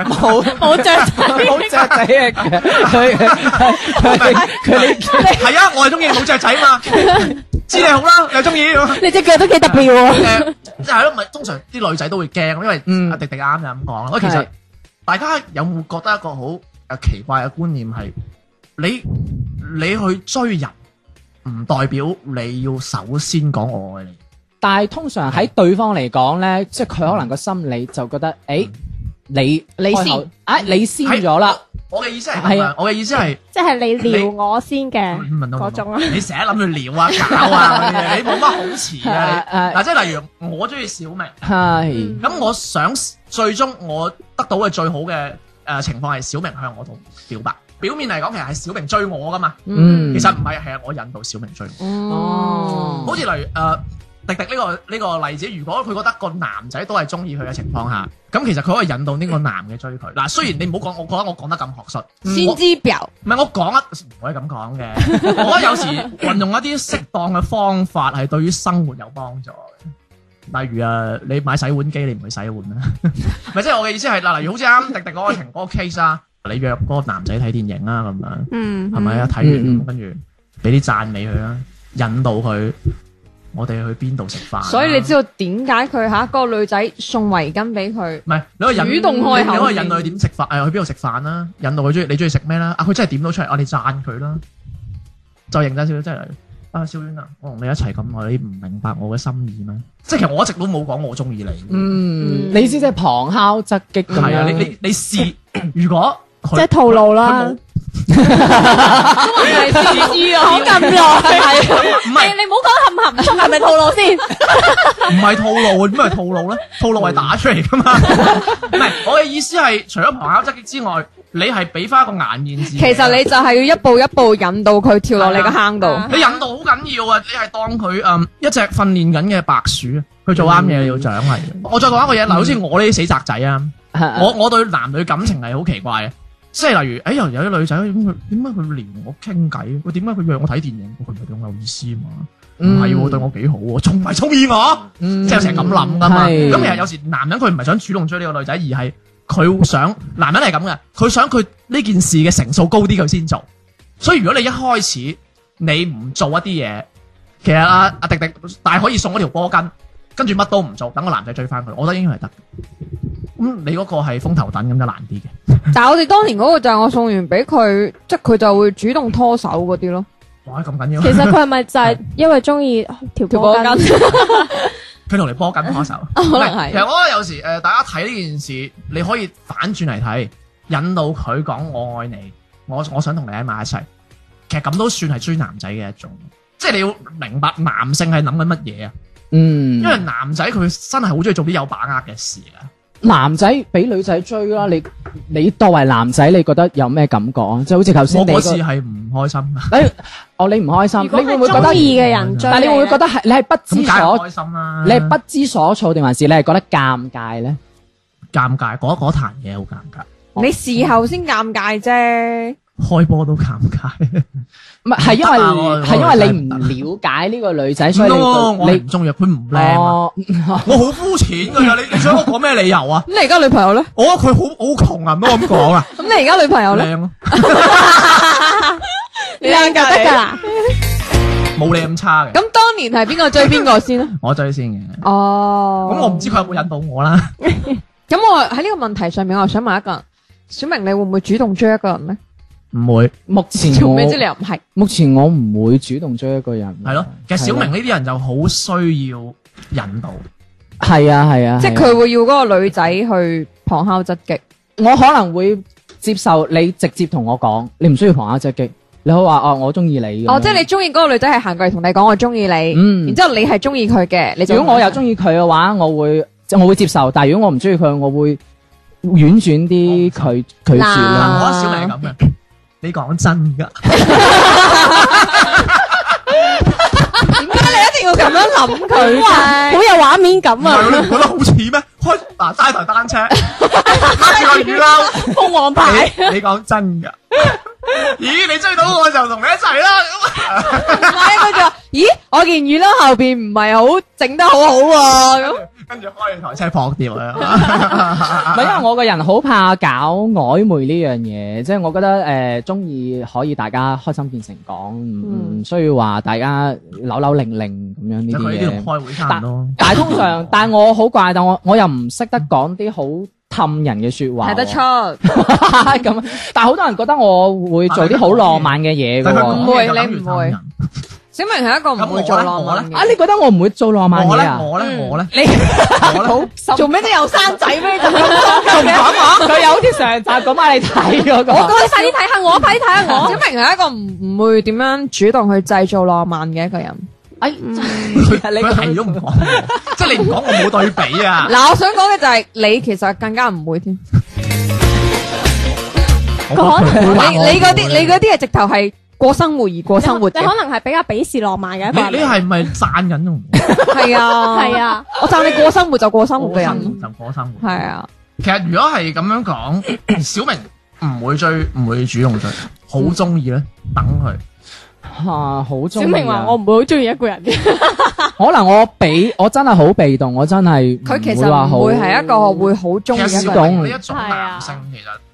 A: 冇
D: 冇着
A: 冇隻仔嘅，佢佢佢佢
B: 係啊，我係中意冇雀仔啊嘛，知你好啦，又中意。
D: 你只腳都幾特別喎。
B: 誒，即係咯，咪通常啲女仔都會驚，因為
A: 嗯
B: 阿迪迪啱就咁講啦。喂，其
A: 係
B: 實大家有冇覺得一個好誒奇怪嘅觀念係，你你去追人，唔代表你要首先講我愛你。
A: 但係通常喺對方嚟講咧，即係佢可能個心理就覺得，誒你你先，啊你先咗啦，
B: 我嘅意思係咁
A: 係
B: 樣
A: 啊，
B: 我嘅意思係
D: 即係你撩我先嘅
B: 問到
D: 嗰種啊，
B: 你成日諗住撩啊搞啊嗰啲嘢，你冇乜好詞啊。你
A: 係係
B: 嗱，即係例如我中意小明，
A: 係
D: 嗯
B: 咁我想最終我得到嘅最好嘅誒情況係小明向我度表白。表面嚟講，其實係小明追我噶嘛。
A: 嗯，
B: 其實唔係，係我引導小明追我。
C: 嗯
A: 哦
B: 好似例如誒迪迪呢個呢、個例子，如果佢覺得個男仔都係中意佢嘅情況下，咁其實佢可以引導呢個男嘅追佢。嗱，雖然你唔好講，我覺得我講得咁學術，
C: 先知表
B: 唔係我講一唔可以咁講嘅。 我覺得有時運用一啲適當嘅方法係對於生活有幫助嘅。例如誒，你買洗碗機，你唔去洗碗啦， 咪即係我嘅意思係嗱，例如好似啱迪迪嗰個情嗰個 case 啊，你約嗰個男仔睇電影啦咁樣。
D: 嗯，
B: 係咪啊？睇
A: 嗯
B: 完
A: 嗯
B: 跟住俾啲讚美佢啦，啊引導佢，我哋去邊度食飯啊？
C: 所以你知道點解佢嚇嗰個女仔送圍巾俾佢，
B: 唔係你可以引
C: 主動開口
B: 你可以引導佢點食飯，誒去邊度食飯啦，引導佢中意你中意食咩啦？啊佢真係點到出嚟，我哋讚佢啦，就認真少少，真係啊小婉啊，我同你一齊咁耐，你唔明白我嘅心意咩？即係其實我一直都冇講我中意你，
A: 嗯，你知即係旁敲側擊咁
B: 係啊，你
A: 樣，
B: 你你試，如果
D: 即
B: 佢
D: 係套路啦
B: 佢。
C: 係先知啊！
D: 講咁耐，
B: 唔係
D: 你唔好講含含蓄係咪套路先？
B: 唔係套路啊，點解係套路咧？套路係打出嚟噶嘛？唔係，我嘅意思係，除咗旁敲側擊之外，你係俾翻一個眼面啊字。
C: 其實你就係要一步一步引導佢跳落你個坑度。
D: 啊
B: 你引導好緊要啊！你係當佢嗯一隻訓練緊嘅白鼠，佢做啱嘢你要獎勵。我再講一個嘢，嗱，好似我呢啲死宅仔啊，我
A: 我
B: 我對男女感情係好奇怪嘅。啊即係例如，誒有有啲女仔咁佢點解佢撩我傾偈？佢點解佢約我睇電影？佢唔係對我有意思啊嘛，唔
A: 嗯
B: 係喎，對我幾好喎，仲唔係中意我？
D: 嗯
B: 即係成日咁諗噶嘛。
A: 係
B: 咁其實有時男人佢唔係想主動追呢個女仔，而係佢想男人係咁嘅，佢想佢呢件事嘅成數高啲，佢先做。所以如果你一開始你唔做一啲嘢，其實阿阿迪迪大可以送嗰條波巾，跟住乜都唔做，等個男仔追翻佢，我覺得應該係得。咁你嗰個係風頭躉咁就難啲嘅。
C: 但系我哋當年嗰個就係我送完俾佢，即系佢就會主動拖手嗰啲咯。
B: 哇，咁緊要！
D: 其實佢係咪就係因為中意條波
C: 條波
D: 巾？
B: 佢同你波緊拖手，
A: 哦
C: 可能係
B: 其實我覺得有時誒、呃大家睇呢件事，你可以反轉嚟睇，引導佢講我愛你，我我想同你喺埋一齊。其實咁都算係追男仔嘅一種，即係你要明白男性係諗緊乜嘢啊。
A: 嗯，
B: 因為男仔佢真係好中意做啲有把握嘅事啊。
A: 男仔俾女仔追啦，你你作為男仔，你覺得有咩感覺啊？即係好似頭
B: 我
A: 先你
B: 嗰次
A: 個，
B: 係唔開心啊噶，
A: 你哦你唔開心，
D: 如
A: 你
D: 果
A: 會唔會
D: 係
A: 覺
D: 中
A: 得？
D: 意嘅人追，
A: 但你會唔會覺得係你啊係不
B: 咁梗
A: 知
B: 係唔
A: 所
B: 開，心啦。
A: 你係不知所措定還是你係覺得尷尬咧？
B: 尷尬，嗰嗰壇嘢好尷尬，
C: 你事後先尷尬啫，
B: 開波都尷尬。
A: 唔係係因
B: 唔得啊我
A: 為係因為你唔了解呢個女仔，所以
B: 唔通啊
A: 你
B: 我
A: 你
B: 唔中意佢唔靚啊。
A: 哦
B: 我好膚淺㗎咋，你你想我講咩理由啊？
C: 咁你而家女朋友咧？
B: 我覺得佢好好窮啊，唔好咁講 啊，
C: 咁你而家女朋友咧？
B: 靚咯，
C: 你兩個
D: 得㗎啦？
B: 冇你咁差嘅，
C: 咁當年係邊個追邊個先啊？
B: 我追先嘅。
C: 哦，
B: 咁我唔知佢有冇引導我啦。
C: 咁我喺呢個問題上面，我又想問一個人，小明你會唔會主動追一個人咧？
B: 唔會
A: 目 前
C: 做
A: 我
C: 咩啫？你又唔係
A: 目前我唔會主動追一個人，
B: 係咯，其實小明呢啲人就好需要引導，
A: 係啊係啊，
C: 即係
A: 係啊
C: 佢會要嗰個女仔去旁敲側擊。
A: 我可能會接受你直接同我講，你唔需要旁敲側擊，你可以話哦我中意你咁樣。
C: 哦，即係你中意嗰個女仔係行過嚟同你講我中意你，
A: 嗯
C: 然之后你係中意佢嘅，你就
A: 如果我又中意佢嘅話，我會即係我會接受，但係如果我唔中意佢，我會婉轉啲拒拒絕
B: 但
C: 啊
A: 啦。
B: 我覺得小明係咁 嘅。你講真㗎，
C: 一定要咁樣諗佢
D: 哇，好
C: 啫。
D: 有畫面感
B: 唔
D: 啊！
B: 係你唔覺得好似咩？開嗱揸台單 車，揸住個雨褸，
D: 鳳凰牌，
B: 你你講真㗎。咦，你追到我就同你一齊啦。
C: 唔係佢就話咦，我件雨褸後边唔係好整得好好喎，咁
B: 咁跟住開台車撲掉啊啦
A: 唔。係因為我個人好怕搞曖昧呢樣嘢，即係我覺得誒中意可以大家開心見誠講，唔唔需要話大家扭扭零零咁樣呢
B: 佢呢啲
A: 啲
B: 同
A: 嘢。
B: 開會差唔多。
A: 但係 通常，但係我好怪，但我我又唔識得講啲好氹人嘅説話喎。
C: 睇得出。
A: 咁，但係好多人覺得我會做啲好浪漫嘅嘢 㗎
B: 但佢
A: 喎
B: 講。
C: 會
B: 嘢就等於
C: 你唔會
B: 氹人
C: 小明係一個唔會做浪漫
B: 咁
A: 啊！
C: 嘅，
A: 你覺得我唔會做浪漫
B: 我
A: 嘢
B: 咧，
A: 啊？
B: 我咧，我咧，
C: 嗯
A: 你
B: 我咧，
C: 做咩都有生仔咩？就
A: 仲講我？佢有啲上集講埋你睇嗰個。
C: 你快啲睇下我，快啲睇下 我。小明係一個唔唔會點樣主動去製造浪漫嘅一個人。
A: 哎，
B: 佢佢係都唔講我，即係你唔講我冇對比 啊！
C: 嗱，我想講嘅就係你其實更加唔會添。
B: 我講佢
C: 啊 你
B: 會話我
C: 你嗰啲你嗰啲係直頭係過生活而過生活
D: 你
C: 嘅，
D: 可能係比較鄙視浪漫嘅一個
C: 啊
B: 你你
D: 人。
B: 係咪讚緊我？
C: 係啊
D: 係，啊，
C: 我讚你過生活就過生活嘅
B: 過生
C: 人，
B: 活就過生活。
C: 係啊，
B: 其實如果係咁樣講，小明唔會追，唔會主動追，好中意咧，等佢。
A: 啊，好中
D: 小
A: 意啊。
D: 明話我唔會好中意一個人嘅，
A: 可能我被我真係好被動，我真係
C: 佢其
A: 唔會話
C: 實
A: 好
C: 唔會係一個會好中
B: 其
C: 意啊
B: 實
C: 一
B: 小
C: 個
A: 動
C: 人。
B: 明呢一種男性，其實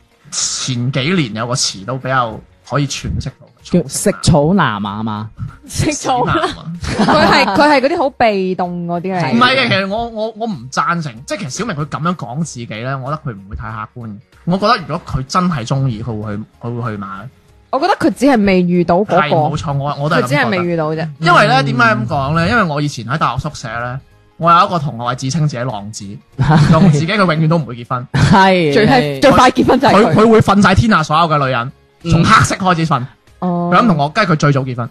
B: 前幾年有個詞都比較可以詮釋到，
A: 叫食草男啊嘛。
D: 識做啦。
B: 啊！
C: 佢係佢係嗰啲好被動嗰啲
B: 唔係
C: 嚟。
B: 嘅，其實我我我唔贊成，即係其實小明佢咁樣講自己咧，我覺得佢唔會太客觀。我覺得如果佢真係中意，佢會去佢會去買。
C: 我覺得佢只係未遇到
B: 係
C: 嗰
B: 冇錯，我我
C: 個，
B: 都係
C: 佢只係
B: 咁
C: 未
B: 覺得。
C: 遇到啫。
B: 因為咧點解咁講咧？因為我以前喺大學宿舍咧，我有一個同學係自稱自己浪子， 用自己佢永遠都唔會結婚，
A: 係
C: 最係最快結婚就係
B: 佢
C: 佢。
B: 佢會瞓晒天下所有嘅女人，從黑色開始瞓。
C: 哦
B: 佢咁同我，跟住佢最早結婚。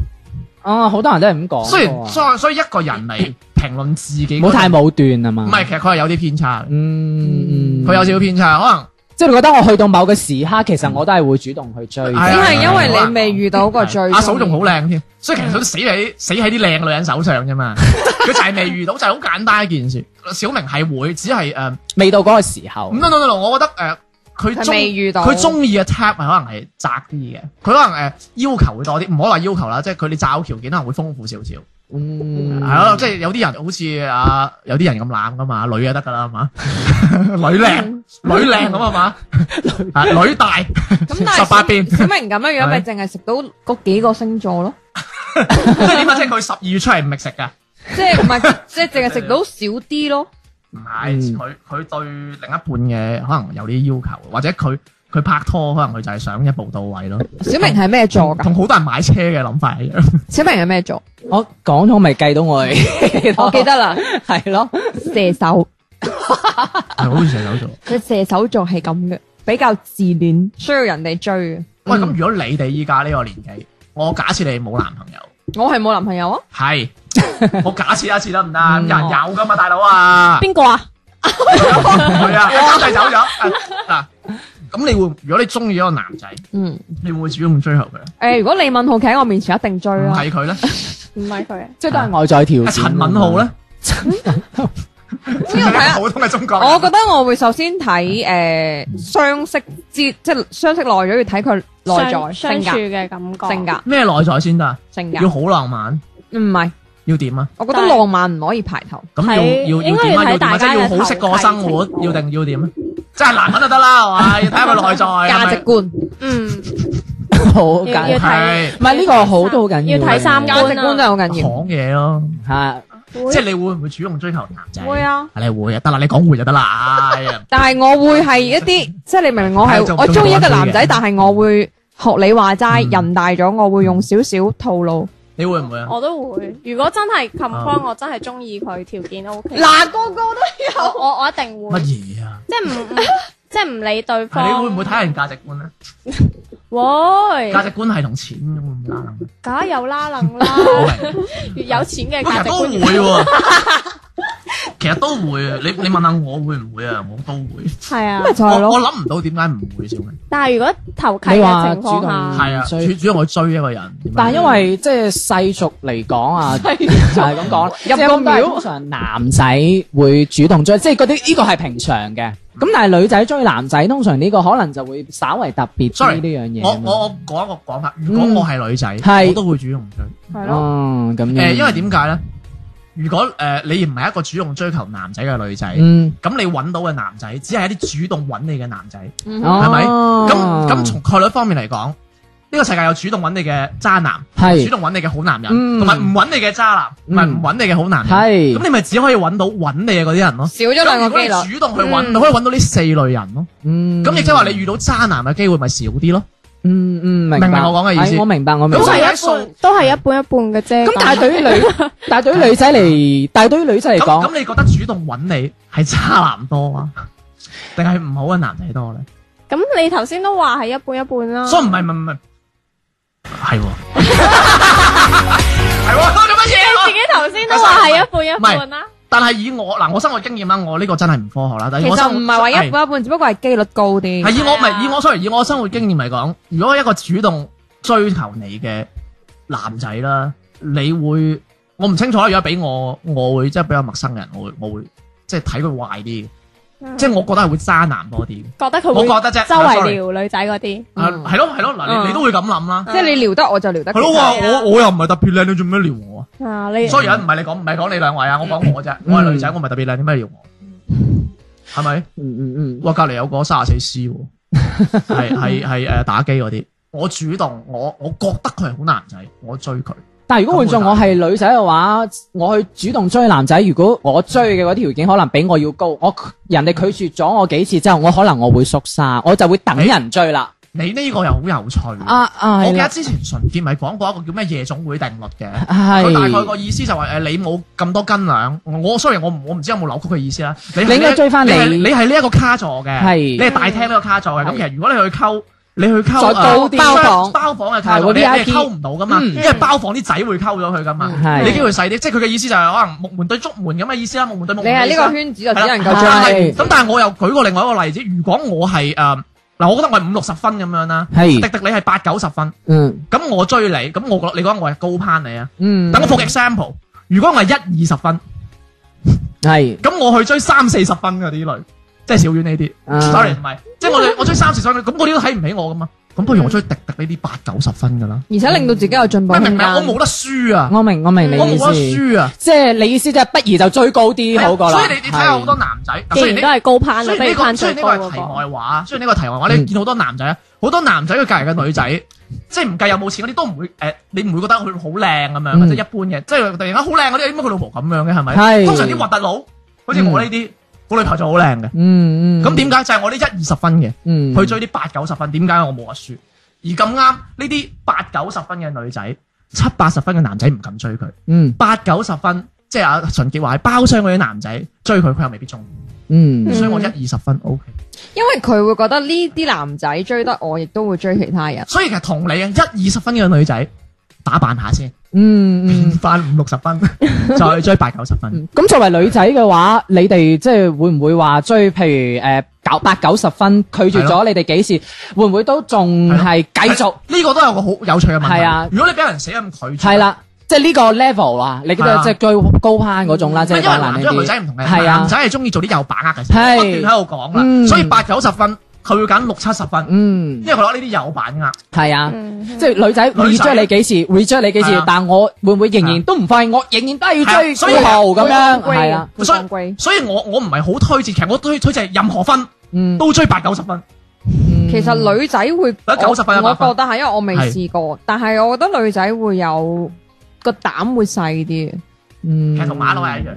A: 啊，好多人都係咁講。
B: 雖然所以所以一個人嚟評論自己，
A: 冇太武斷啊嘛。
B: 唔係，其實佢係有啲偏差嘅，
A: 嗯，嗯，
B: 佢有少少偏差，可能。
A: 即係你覺得我去到某個時刻，其實我都係會主動去追。
B: 係
C: 只
B: 啊
C: 係因為你未遇到個最嗯
B: 阿啊嫂仲好靚添，所以其實佢都死喺死喺啲靚女人手上啫 嘛。佢就係未遇到，就係好簡單一件事。小明係會，只係誒、呃、
A: 未到嗰個時候。
B: ，no no no no，我覺得誒、呃佢
C: 嗯佢
B: 中
C: 未遇到
B: 佢中意嘅 tap 係可能係窄啲嘅，佢可能誒、呃要求會多啲，唔可以話要求啦，即係佢哋擇偶條件可能會豐富少少，
A: 嗯，
B: 係咯、即係有啲人好似啊有啲人咁懶噶嘛，女就得噶啦係 嘛，女靚女靚咁啊嘛，啊女大
C: 咁但係
B: 十八變，即
C: 小明咁樣樣，咪
B: 係
C: 淨係食到嗰幾個星 座咯，
B: 係點啊？即係佢十二月出嚟唔覓食㗎。
C: 即係唔係即係淨係食到少啲咯。
B: 唔係佢佢對另一半嘅可能有啲要求，或者佢佢拍拖可能佢就係想一步到位咯，
C: 小明係咩座 㗎？
B: 同好多人買車嘅諗法一 樣。
C: 小明係咩座？
A: 我講咗咪計到我哋，
C: 我記得啦，
A: 係咯，
C: 射手，
B: 係好似射手座。
C: 佢射手座係咁嘅，比較自戀，需要人哋追嘅。
B: 喂，咁如果你哋依家呢個年紀，我假設你冇男朋友，
C: 我係冇男朋友啊，
B: 係 我假設一次得唔得？有人有噶嘛，大佬啊，
D: 邊個啊？
B: 係啊，監製走咗 啊嗱。咁你會如果你中意一個男仔，
C: 嗯，
B: 你會唔會主動追求佢啊？
C: 誒，如果李敏浩企喺我面前，一定追
B: 唔
C: 啦。
B: 係佢咧，
D: 唔係佢啊，
A: 即係都係外在條
B: 啊
A: 件。
B: 陳敏浩咧，，
C: 呢個睇 下
B: 普通嘅中國人，
C: 我覺得我會首先睇诶相識之，即係相識耐咗要睇佢
D: 相
C: 內在
D: 相
C: 性
D: 處
C: 格、
D: 嘅感覺，
C: 性格、
B: 咩內在先得啊？
C: 性
B: 要
C: 格，
B: 好浪漫，
C: 唔係，
B: 要點啊？
C: 我覺得
D: 但係
C: 浪漫唔可以排頭。
B: 咁
D: 睇
B: 要要
D: 應
B: 要
D: 該
B: 點啊？
D: 要睇
B: 要點啊？
D: 大
B: 即
D: 家
B: 係要
D: 嘅
B: 好識過生活
D: 投契，程度
B: 要定要點啊？即係男人就得啦，係嘛？要睇下佢內在
C: 價值觀，
D: 嗯，
A: 好
D: 要
A: 緊
D: 要
B: 係咪
A: 要，
D: 睇
B: 係
A: 唔係呢個好都好緊要
D: 要睇
C: 價
D: 三觀啊
C: 值觀真係好緊要。
B: 講嘢咯，
A: 嚇，
B: 即係你會唔會主動追求男仔？
C: 會啊，
B: 你會啊，得啦，你講會就得啦。哎呀
C: 但係我會係一啲，即係你明唔明？我
B: 係
C: 係
B: 做
C: 我中意一個男
B: 做
C: 仔
B: 嘢，
C: 但係我會學你話
B: 嗯
C: 齋，人大咗，我會用少少套路。
B: 你會唔會啊？
D: 我都會。如果真係 confirm，我真係中意佢，條件 O K。
C: 嗱，個個都
D: 我我我一定
B: 乜
D: 會，
B: 嘢啊？
D: 即係唔唔即係唔理對
B: 係你會
D: 方。
B: 唔會睇人價值觀咧？啊
D: 會
B: 價值觀係同錢會唔會啊？
D: 梗有啦 能啦，越有錢
B: 其
D: 嘅價
B: 實
D: 值
B: 都
D: 觀
B: 會
D: 越
B: 喎，其實都會啊。你你問下我會唔會啊？我都會。
D: 係啊
C: 咪。就係
B: 我我
C: 咯，
B: 諗唔到點解唔會小明。
D: 但係如果投契
A: 你話
D: 嘅
A: 主
D: 情
A: 動
D: 況下，
B: 係啊，
A: 追
B: 主主動去追一個人。點樣
A: 但係因為即係世俗嚟講啊，就係咁講啦，
C: 入個廟
A: 即係咁都係通常男仔會主動追，即係嗰啲呢個係平常嘅。咁但係女仔追男仔，通常呢個可能就會稍為特別啲
B: Sorry，
A: 呢樣嘢。啊嗯
B: 我我我講一個講法，如果我係女仔，
A: 係
B: 我都會主動追。
D: 係咯，
A: 嗯咁
B: 誒，
A: 樣，
B: 因為點解咧？如果誒你唔係一個主動追求男仔嘅女仔，
A: 嗯
B: 咁你揾到嘅男仔，只係一啲主動揾你嘅男仔，
A: 係
B: 係咪？咁咁從概率方面嚟講，呢個世界有主動揾你嘅渣男，主
A: 係
B: 動揾你嘅好男人，
A: 嗯
B: 同埋唔揾你嘅渣男，唔係
A: 嗯
B: 唔揾你嘅好男人。
A: 係
B: 咁你咪只可以揾到揾你嘅嗰啲人咯。
C: 少咗
B: 咁
C: 兩
B: 如
C: 個
B: 果
C: 機
B: 你
C: 率。
B: 主動去揾，
D: 嗯
B: 你可以揾到呢四類人咯。
A: 嗯
B: 咁亦即係話你遇到渣男嘅機會咪少啲咯。
A: 嗯嗯明
B: 明唔
A: 白
B: 明我講嘅意思
A: 係我明白我
B: 咁
A: 明
D: 都
B: 所以
A: 白。
D: 係一
B: 哦
D: 半，都係一半一半嘅啫。
A: 咁但係對 於女，但係對於女仔嚟，但係對於女仔嚟
B: 咁
A: 講，
B: 咁，你覺得主動揾你係渣男多啊，定係唔好嘅男仔多咧？
D: 咁你頭先都話係一半一半啦。
B: 所以唔係唔係唔係，係喎， 係喎，多咗乜
D: 你自
B: 嘢啊？
D: 己頭先都話係一半一半啦。
B: 但係以我嗱，我生活經驗啦，我呢個真係唔科學啦。但
C: 其
B: 係我
C: 實
B: 生活
C: 唔係話一
B: 係
C: 半一半，只不過係機率高啲
B: 係。以我唔
D: 係啊
B: 係以我 sorry 以我生活經驗嚟講，如果一個主動追求你嘅男仔啦，你會我唔清楚啦。如果俾我，我會即係比較陌生嘅人，我會我會即係睇佢壞啲嘅，嗯即係我覺得係會渣男多啲嘅。
D: 覺得 佢
B: 我
D: 會
B: 覺得啫，啊
D: 周
B: sorry
D: 圍撩女仔嗰啲。
B: 啊，係咯係咯，嗱，你
D: 嗯
B: 你都會咁諗啦，
C: 即係你撩得我就撩得
B: 係
C: 佢。
B: 咯，
D: 啊
B: 哇，我我又唔係特別靚，你做咩撩我啊？
D: 啊，你
B: 所以唔係你講，唔係講你兩位啊，我講我啫，我係女仔，我唔係特別靚，點解撩我？係咪？
A: 嗯嗯嗯。
B: 哇，隔離有個三十四 C 喎，係係係誒打機嗰啲，我主動，我我覺得佢係好男仔，我追佢，
A: 但係如果換做我係女仔嘅話，我去主動追男仔，如果我追嘅嗰啲條件可能比我要高，我人哋拒絕咗我幾次之後，我可能我會縮沙，我就會等人追啦。
B: 你呢個又好有趣。
A: 啊啊，
B: 我記
A: 係
B: 得
A: 啦，
B: 之前純潔咪講過一個叫咩夜總會定律嘅。佢大概個
A: 係
B: 意思就話誒，你冇咁多斤兩，我 sorry，我唔我唔知有冇扭曲佢意思啦。你係
A: 你應該
B: 呢
A: 追返你
B: 係你係呢一個卡座嘅，
A: 係
B: 你係大廳呢個卡座嘅。咁
A: 係
B: 其實如果你去溝，你去溝
A: 再
B: 誒
A: 高啲
B: 雙
A: 包房
B: 包房嘅卡座，
A: 係
B: 你你
A: 嗰啲
B: 係
A: VIP
B: 溝唔到噶嘛，
A: 嗯
B: 因為包房啲仔會溝咗佢噶嘛，
A: 係
B: 你機會細啲。即係佢嘅意思就係可能木門對竹門咁嘅意思啦，木門對木
C: 你
B: 門嘅
C: 係
B: 意
C: 呢
B: 思啦。
C: 個圈子就只能
B: 係啦
C: 夠追。
B: 但係
A: 追
B: 咁，但係我又舉過另外一個例子，如果我係誒嗱，我覺得我係五六十分咁樣啦，迪
A: 係，
B: 迪你係八九十分，
A: 嗯
B: 咁我追你，咁我覺得你覺得我係高攀你啊？
A: 嗯，
B: 等我放 example，如果我係一二十分，
A: 係
B: 咁我去追三四十分嗰啲女，即係小丸呢啲
A: 啊
B: ，sorry 唔係，即係我哋我追三四分，咁嗰啲都睇唔起我噶嘛，咁不如我追迪迪呢啲八九十分噶啦，
C: 而且令到自己有進步
B: 你明唔
C: 空
B: 明
C: 間
B: 啊？我。冇得輸啊，
A: 我明我明你
B: 我冇
A: 意
B: 得
A: 思，
B: 輸啊，啊
A: 即係你意思即係不如就追高啲好過啦。
B: 所以你你睇下好多男仔，嗱
D: 既
B: 雖然
D: 然
B: 呢
D: 都係高攀
B: 雖
D: 啦，不
B: 然呢
D: 如
B: 個
D: 攀
B: 雖
D: 最
B: 然呢
D: 高
B: 個係
D: 嗰
B: 題
D: 個。
B: 外話，雖然呢個題外話，
A: 嗯
B: 你見好多男仔，啊好多男仔佢隔離嘅女仔，即係唔計有冇錢嗰啲都唔會誒，你唔會覺得佢好靚咁樣，
A: 嗯
B: 或者一般嘅，即係突然間好靚嗰啲，點解佢老婆咁樣嘅係咪？
A: 係
B: 通常啲核突佬，好似我呢啲，我女朋友就好靚嘅，
A: 嗯嗯，
B: 咁點解就係我呢一二十分嘅，
A: 嗯
B: 去追啲八九十分，點解我冇得輸？而咁啱呢啲八九十分嘅女仔，七八十分嘅男仔唔敢追佢，
A: 嗯
B: 八九十分即係阿陳傑話係包廂嗰啲男仔追佢，佢又未必中意，
A: 嗯
B: 所以我一二十分 O K。
C: 因為佢會覺得呢啲男仔追得我，亦都會追其他人。
B: 所以其實同你啊，一二十分嘅女仔打扮下先，
A: 嗯
B: 變
A: 嗯。
B: 翻五六十分， 再追八九十分。
A: 咁作為女仔嘅話，你哋即係會唔會話追，譬如誒九八九十分拒絕
B: 係咯
A: 咗你哋幾次，會唔會都仲係繼續
B: 哎呢個都有個好有趣嘅問題。
A: 係哎啊
B: 如果你俾人死咁拒絕，
A: 係，啦？即係呢個 level 啦，你覺
B: 係
A: 得
B: 啊
A: 即係最高攀嗰種啦，即
B: 因為
A: 係講
B: 男仔
A: 難聽
B: 女
A: 啲。
B: 仔唔同嘅，
A: 係啊
B: 男仔係中意做啲有把握嘅事，
A: 係
B: 不斷喺度講啦。
A: 嗯
B: 所以八九十分，佢會揀六七十分，
A: 嗯
B: 因，為佢攞呢啲有把握。
A: 係啊，
D: 嗯
A: 即係女仔
B: 女仔
A: reject 你幾次，reject 你幾
B: 係
A: 次
B: 啊，
A: 但我會唔會仍然都唔發現，我仍然都係要
B: 係啊
A: 追
B: 所以
A: 高豪咁樣，
C: 會
A: 係啊，
C: 會
B: 所以
C: 當歸
B: 所以我我唔係好推薦，其實我推推薦任何分
A: 嗯，
B: 都追八九十分。
A: 嗯
C: 其實女仔會，
B: 得
C: 我
B: 90分
C: 我
B: 100分
C: 覺得係，因為我未試過，但係我覺得女仔會有個膽會細啲。
A: 嗯
B: 其實同馬騮係一樣，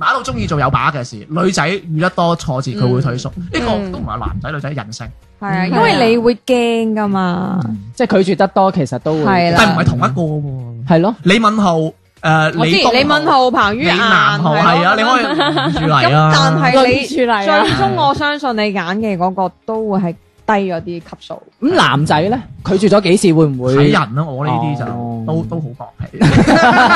B: 馬騮中意做有把握嘅事，女仔遇得多挫折佢會退縮。呢個
D: 嗯
B: 都唔係男仔女仔人性。
C: 係啊，
A: 嗯
C: 因為你會驚噶嘛。
A: 即係拒絕得多，其實都會
C: 係啦
B: 但唔係同一個喎。
A: 係咯，
B: 李敏鎬誒，
C: 我知
B: 李東
C: 李敏浩、彭于
B: 李
C: 晏
B: 南豪係啊，你可以唔住嚟
C: 咁
B: 啊。
C: 但係你
D: 輪住嚟
C: 最
D: 啊
C: 終我相信你揀嘅嗰個都會係低咗啲級數。
B: 嗯
A: 咁男仔咧拒絕咗幾次會唔會？
B: 睇人咯，我呢啲就
A: 哦
B: 都都好薄皮。係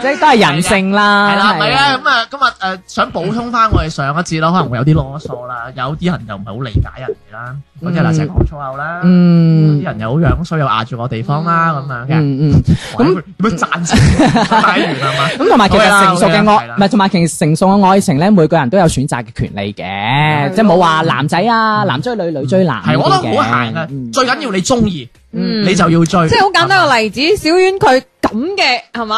A: 即係都係人性啦。
B: 啦，係啦，
A: 啊，
B: 咁啊，今日誒想補充翻我哋上一節啦，可能會有啲囉嗦啦，有啲人就唔係好理解人哋啦，嗰啲人成日講粗口啦，有
A: 嗯
B: 啲。人又好樣衰，又壓住我地方啦咁樣嘅。
A: 嗯嗯，
B: 咁點樣賺錢？ 睇完係嘛？
A: 咁同埋其實成熟嘅
B: 好嘅
A: 愛，
B: 啦
A: 唔係同埋其實成熟嘅愛情咧，每個人都有選擇嘅權利嘅，即係冇話男仔啊，男追女，女追男呢
B: 嗯
A: 啲嘅。
B: 係，我覺得好行啊
A: 嗯！
B: 最緊要你中意，
A: 嗯
B: 你就要追。
C: 即係好簡單嘅例子，小婉佢咁嘅係嘛，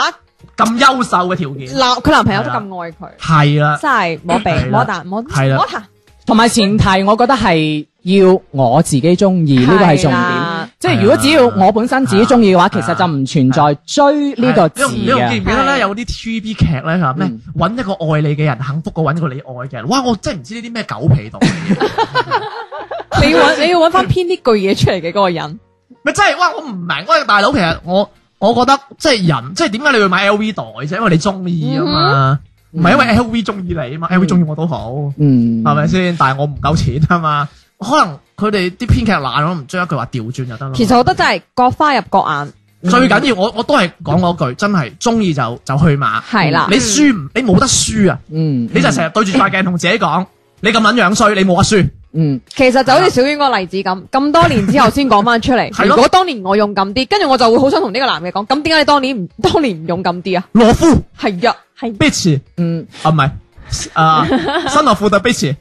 B: 咁優秀嘅條件，
C: 男佢男朋友都咁愛佢，
B: 係啦，
C: 真係摸鼻
B: 係啦
C: 摸蛋摸
B: 係啦
C: 摸彈，
A: 同埋前提，我覺得係要我自己中意，呢個係重
C: 係
A: 點。
C: 啦。
A: 即係如果只要我本身自己中意嘅話，其實就唔存在追呢個啊字
B: 你仲記
A: 嘅
B: 唔。記得咧？有啲 TVB 劇咧，佢話咩
A: 嗯？
B: 揾一個愛你嘅人，幸福過揾一個你愛嘅人。哇！我真係唔知呢啲咩狗屁道理，
C: 你要揾你要揾翻編呢句嘢出嚟嘅嗰個人，
B: 咪真係哇！我唔明。喂，大佬，其實我我覺得即係人，即係點解你會買 LV 袋啫？因為你中意啊嘛，唔係因為 LV 中意你啊嘛，LV 中意我都好，
A: 嗯，
B: 係咪先？但係我唔夠錢啊嘛，可能佢哋啲編劇懶，我唔將一句話調轉就得啦。
C: 其實我覺得真係各花入各眼，
B: 最緊要我我都係講嗰句，真係中意就就去馬。
C: 係啦
B: 你輸唔你冇得輸啊！
A: 嗯，
B: 你就成日對住塊鏡同自己講， 你咁撚樣衰，你冇得輸。
A: 嗯
C: 其實就好似小婉個例子 咁，咁多年之後先講翻出
B: 係
C: 嚟。
B: 咯
C: 如果當年我勇敢啲，跟住我就會好想同呢個男嘅講，咁點解你當年唔 當年唔勇敢啲啊？
B: 羅夫
C: 係啊呀，
B: bitch
A: 嗯。
B: 啊，唔係 啊，新羅夫特 bitch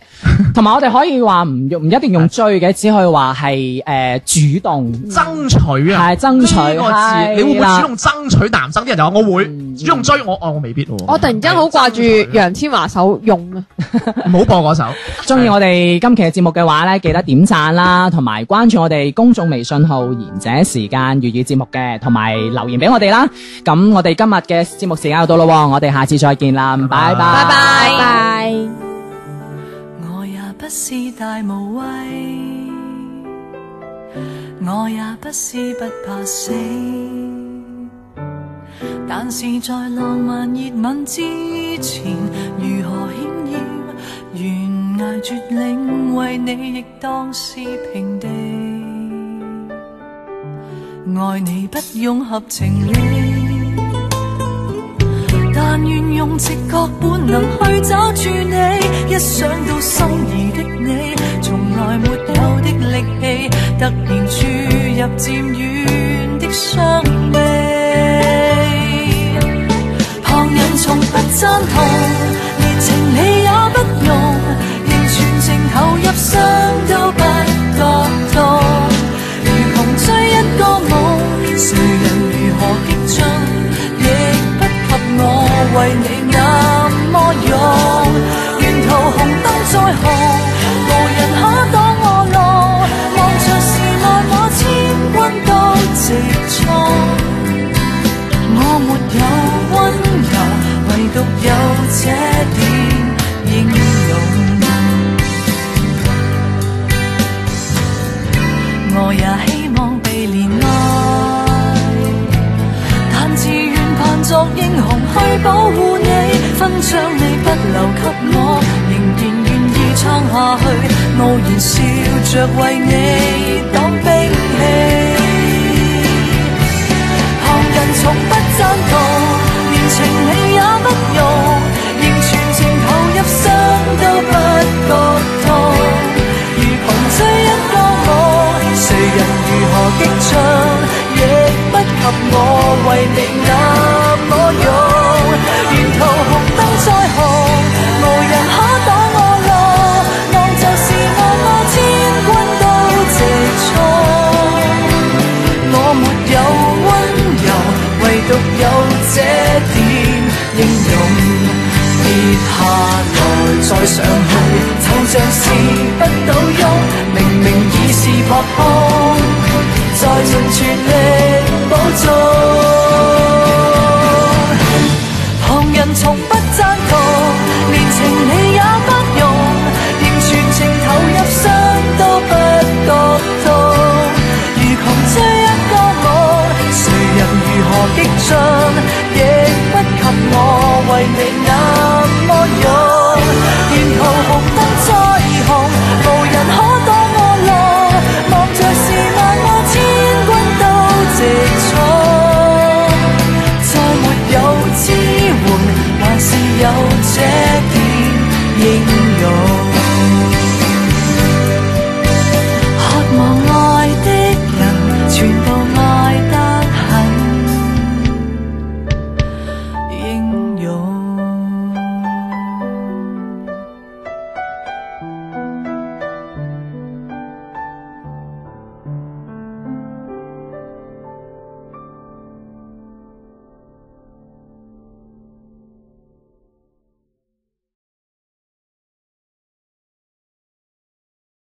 A: 同埋我哋可以話唔用唔一定用追嘅，只可以話係誒主動
B: 爭取啊，
A: 係爭取
B: 呢個字，
A: 係
B: 你會唔會
A: 啦
B: 主動爭取男生？啲人就話我會
A: 嗯
B: 主動追我，哦，我未必喎。
C: 我突然之間好掛住楊千嬅首用啊！
B: 唔好播嗰 首。
A: 中意我哋今期嘅節目嘅話咧，記得點讚啦，同埋關注我哋公眾微信號《賢者時間粵語節目》嘅，同埋留言俾我哋啦。咁我哋今日嘅節目時間又到咯，我哋下次再見啦，拜拜，
B: 拜
D: 拜拜。
I: 我也不是大無畏，我也不是不怕死，但是在浪漫熱吻之前，如何險要懸崖絕嶺，為你亦當是平地。愛你不用合情理。但願用直覺本能去找住你，一想到心儀的你，從來沒有的力氣，突然注入漸遠的傷悲。旁人從不贊同，連情理也不容，仍全情投為你那麼勇，沿途紅燈再紅，無人可擋我路，望着時來我千軍都直衝。我沒有温柔，唯獨有這點英勇。我也希望被憐愛，但自願扮作英雄去保護你，勳章你不留給我，仍然願意撐下去，傲然笑着為你擋兵器。旁人從不贊同，連情理也不容，仍全情投入，傷都不覺痛。如狂追一個夢，誰人如何激進，亦不及我為你那麼勇。沿途紅燈再紅，無人可擋我路，望就是望我千軍都直衝。我沒有温柔，唯獨有這點英勇。跌下來再上去，就像是不倒翁，明明已是撲空，再盡全力保重。旁人從不贊同，連情理也不容，仍全情投入，傷都不覺痛。如狂追一個夢，誰人如何激進，亦不及我為你那